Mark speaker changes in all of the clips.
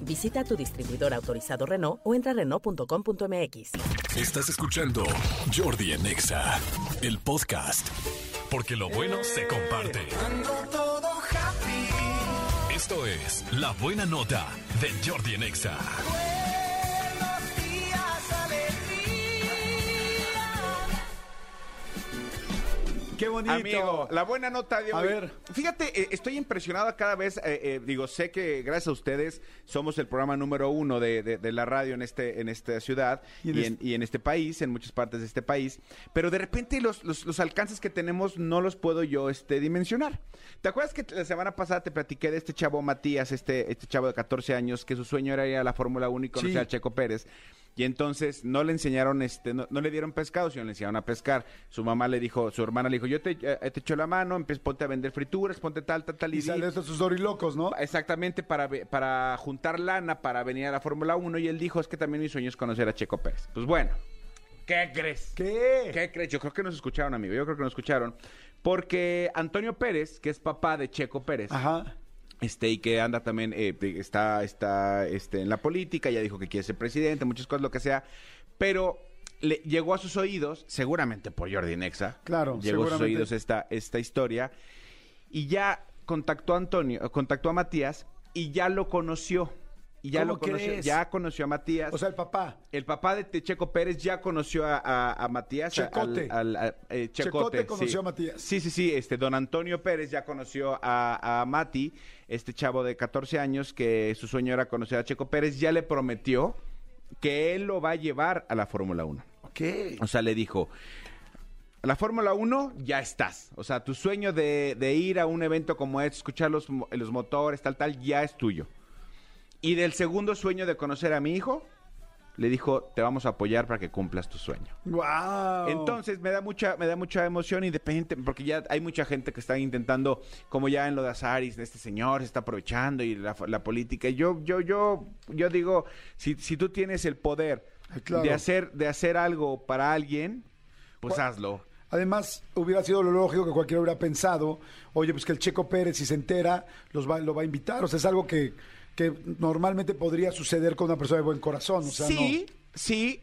Speaker 1: Visita tu distribuidor autorizado Renault o entra a Renault.com.mx.
Speaker 2: Estás escuchando Jordi en Exa, el podcast. Porque lo bueno se comparte. Esto es La Buena Nota de Jordi en Exa.
Speaker 3: Qué bonito.
Speaker 4: Amigo, la buena nota de
Speaker 3: A
Speaker 4: hoy.
Speaker 3: ver.
Speaker 4: Fíjate, eh, estoy impresionado cada vez. eh, eh, digo, sé que gracias a ustedes somos el programa número uno de, de- de la radio en, este, en esta ciudad
Speaker 3: Y
Speaker 4: y
Speaker 3: en
Speaker 4: en,
Speaker 3: este-
Speaker 4: y en este país, en muchas partes de este país. Pero de repente los, los- los alcances que tenemos no los puedo yo este, dimensionar. ¿Te acuerdas que la semana pasada te platiqué de este chavo Matías, este, este chavo de 14 años, que su sueño era ir a la Fórmula 1 y conocer
Speaker 3: Sí.
Speaker 4: a Checo Pérez? Y entonces no le enseñaron, este, no, no le dieron pescado, sino le enseñaron a pescar. Su mamá le dijo, su hermana le dijo, yo te, eh, te echo la mano, empieza, ponte a vender frituras, ponte tal, tal, tal.
Speaker 3: Y sale
Speaker 4: di-
Speaker 3: estos sus dorilocos, ¿no?
Speaker 4: Exactamente, para, ve- para juntar lana, para venir a la Fórmula 1. Y él dijo, es que también mi sueño es conocer a Checo Pérez. Pues bueno, ¿qué crees?
Speaker 3: ¿Qué?
Speaker 4: ¿Qué crees? Yo creo que nos escucharon, amigo. Yo creo que nos escucharon. Porque Antonio Pérez, que es papá de Checo Pérez,
Speaker 3: Ajá.
Speaker 4: este, y que anda también, eh, de- está, está este, en la política, ya dijo que quiere ser presidente, muchas cosas, lo que sea, pero le llegó a sus oídos, seguramente por Jordi Nexa,
Speaker 3: Claro,
Speaker 4: llegó a sus
Speaker 3: seguramente.
Speaker 4: oídos esta, esta historia, y ya contactó a Antonio, contactó a Matías, y ya lo conoció, y ya
Speaker 3: ¿Cómo
Speaker 4: lo conoció,
Speaker 3: crees?
Speaker 4: ya conoció a Matías.
Speaker 3: O sea, el papá.
Speaker 4: el papá de Te- Checo Pérez ya conoció a, a- a Matías. a-
Speaker 3: Checote.
Speaker 4: al- al- a- eh, Checote,
Speaker 3: Checote conoció
Speaker 4: sí.
Speaker 3: a Matías.
Speaker 4: Sí, sí, sí. Este, don Antonio Pérez ya conoció a, a Mati, este chavo de 14 años que su sueño era conocer a Checo Pérez. Ya le prometió que él lo va a llevar a la Fórmula 1.
Speaker 3: Ok.
Speaker 4: O sea, le dijo, la Fórmula 1 ya estás. O sea, tu sueño de, de ir a un evento como este, escuchar los, mo- los motores, tal, tal, ya es tuyo. Y del segundo sueño de conocer a mi hijo, le dijo, te vamos a apoyar para que cumplas tu sueño.
Speaker 3: Wow.
Speaker 4: Entonces me da mucha, me da mucha emoción independiente, porque ya hay mucha gente que está intentando, como ya en lo de Azaris, este señor se está aprovechando y la, la política. Yo, yo, yo, yo digo, si, si tú tienes el poder
Speaker 3: Ay, claro.
Speaker 4: de hacer, de hacer algo para alguien, pues
Speaker 3: Cu-
Speaker 4: hazlo.
Speaker 3: Además, hubiera sido lo lógico que cualquiera hubiera pensado, oye, pues que el Checo Pérez, si se entera, los va, lo va a invitar. O sea, es algo que, que normalmente podría suceder con una persona de buen corazón. O sea,
Speaker 4: sí, sí.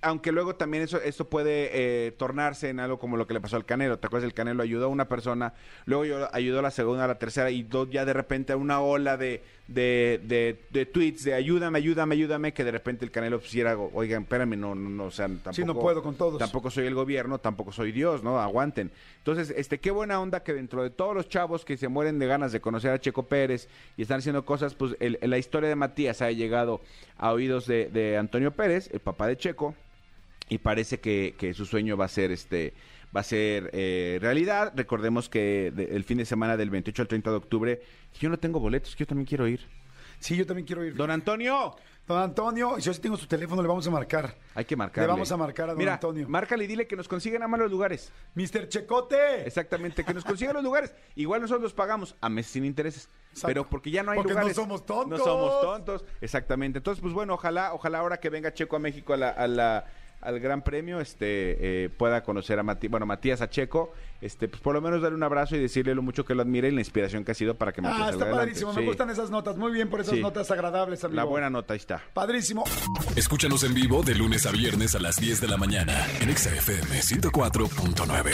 Speaker 4: Aunque luego también eso, esto puede eh, tornarse en algo como lo que le pasó al Canelo. ¿Te acuerdas? El Canelo ayudó a una persona, luego yo- ayudó a la segunda, a la tercera, y dos, ya de repente a una ola de, de, de- de tweets de ayúdame, ayúdame, ayúdame, que de repente el Canelo pusiera, oigan, espérame, no, no, no, o sea, tampoco.
Speaker 3: no puedo con todos.
Speaker 4: Tampoco soy el gobierno, tampoco soy Dios, ¿no? Aguanten. Entonces, este, qué buena onda que dentro de todos los chavos que se mueren de ganas de conocer a Checo Pérez y están haciendo cosas, pues el- la historia de Matías ha llegado a oídos de, de Antonio Pérez, el papá de Checo, y parece que, que su sueño va a ser este va a ser eh, realidad. Recordemos que de- el fin de semana del 28 al 30 de octubre, yo no tengo boletos, que yo también quiero ir.
Speaker 3: no. Sí, yo también quiero ir.
Speaker 4: Don Antonio,
Speaker 3: Don Antonio, yo sí tengo su teléfono, le vamos a marcar.
Speaker 4: hay que marcarle.
Speaker 3: Le vamos a marcar a don
Speaker 4: Mira,
Speaker 3: Antonio.
Speaker 4: Márcale y dile que nos consiguen a malos lugares.
Speaker 3: Mister Checote.
Speaker 4: Exactamente, que nos consigan los lugares. Igual nosotros los pagamos a meses sin intereses.
Speaker 3: Exacto.
Speaker 4: Pero porque ya no hay
Speaker 3: Porque no
Speaker 4: lugares.
Speaker 3: somos tontos.
Speaker 4: No somos tontos. Exactamente. Entonces, pues bueno, ojalá, ojalá ahora que venga Checo a México a la- a la- al Gran Premio, este eh, pueda conocer a Mati, bueno, Matías a Checo, este, pues por lo menos darle un abrazo y decirle lo mucho que lo admire y la inspiración que ha sido para que Matías
Speaker 3: Ah,
Speaker 4: salga
Speaker 3: está
Speaker 4: adelante.
Speaker 3: padrísimo.
Speaker 4: Sí.
Speaker 3: Me gustan esas notas. Muy bien por esas
Speaker 4: Sí.
Speaker 3: notas agradables, amigo.
Speaker 4: La buena nota, ahí está.
Speaker 3: Padrísimo.
Speaker 2: Escúchanos en vivo de lunes a viernes a las 10 de la mañana en Exa FM 104.9.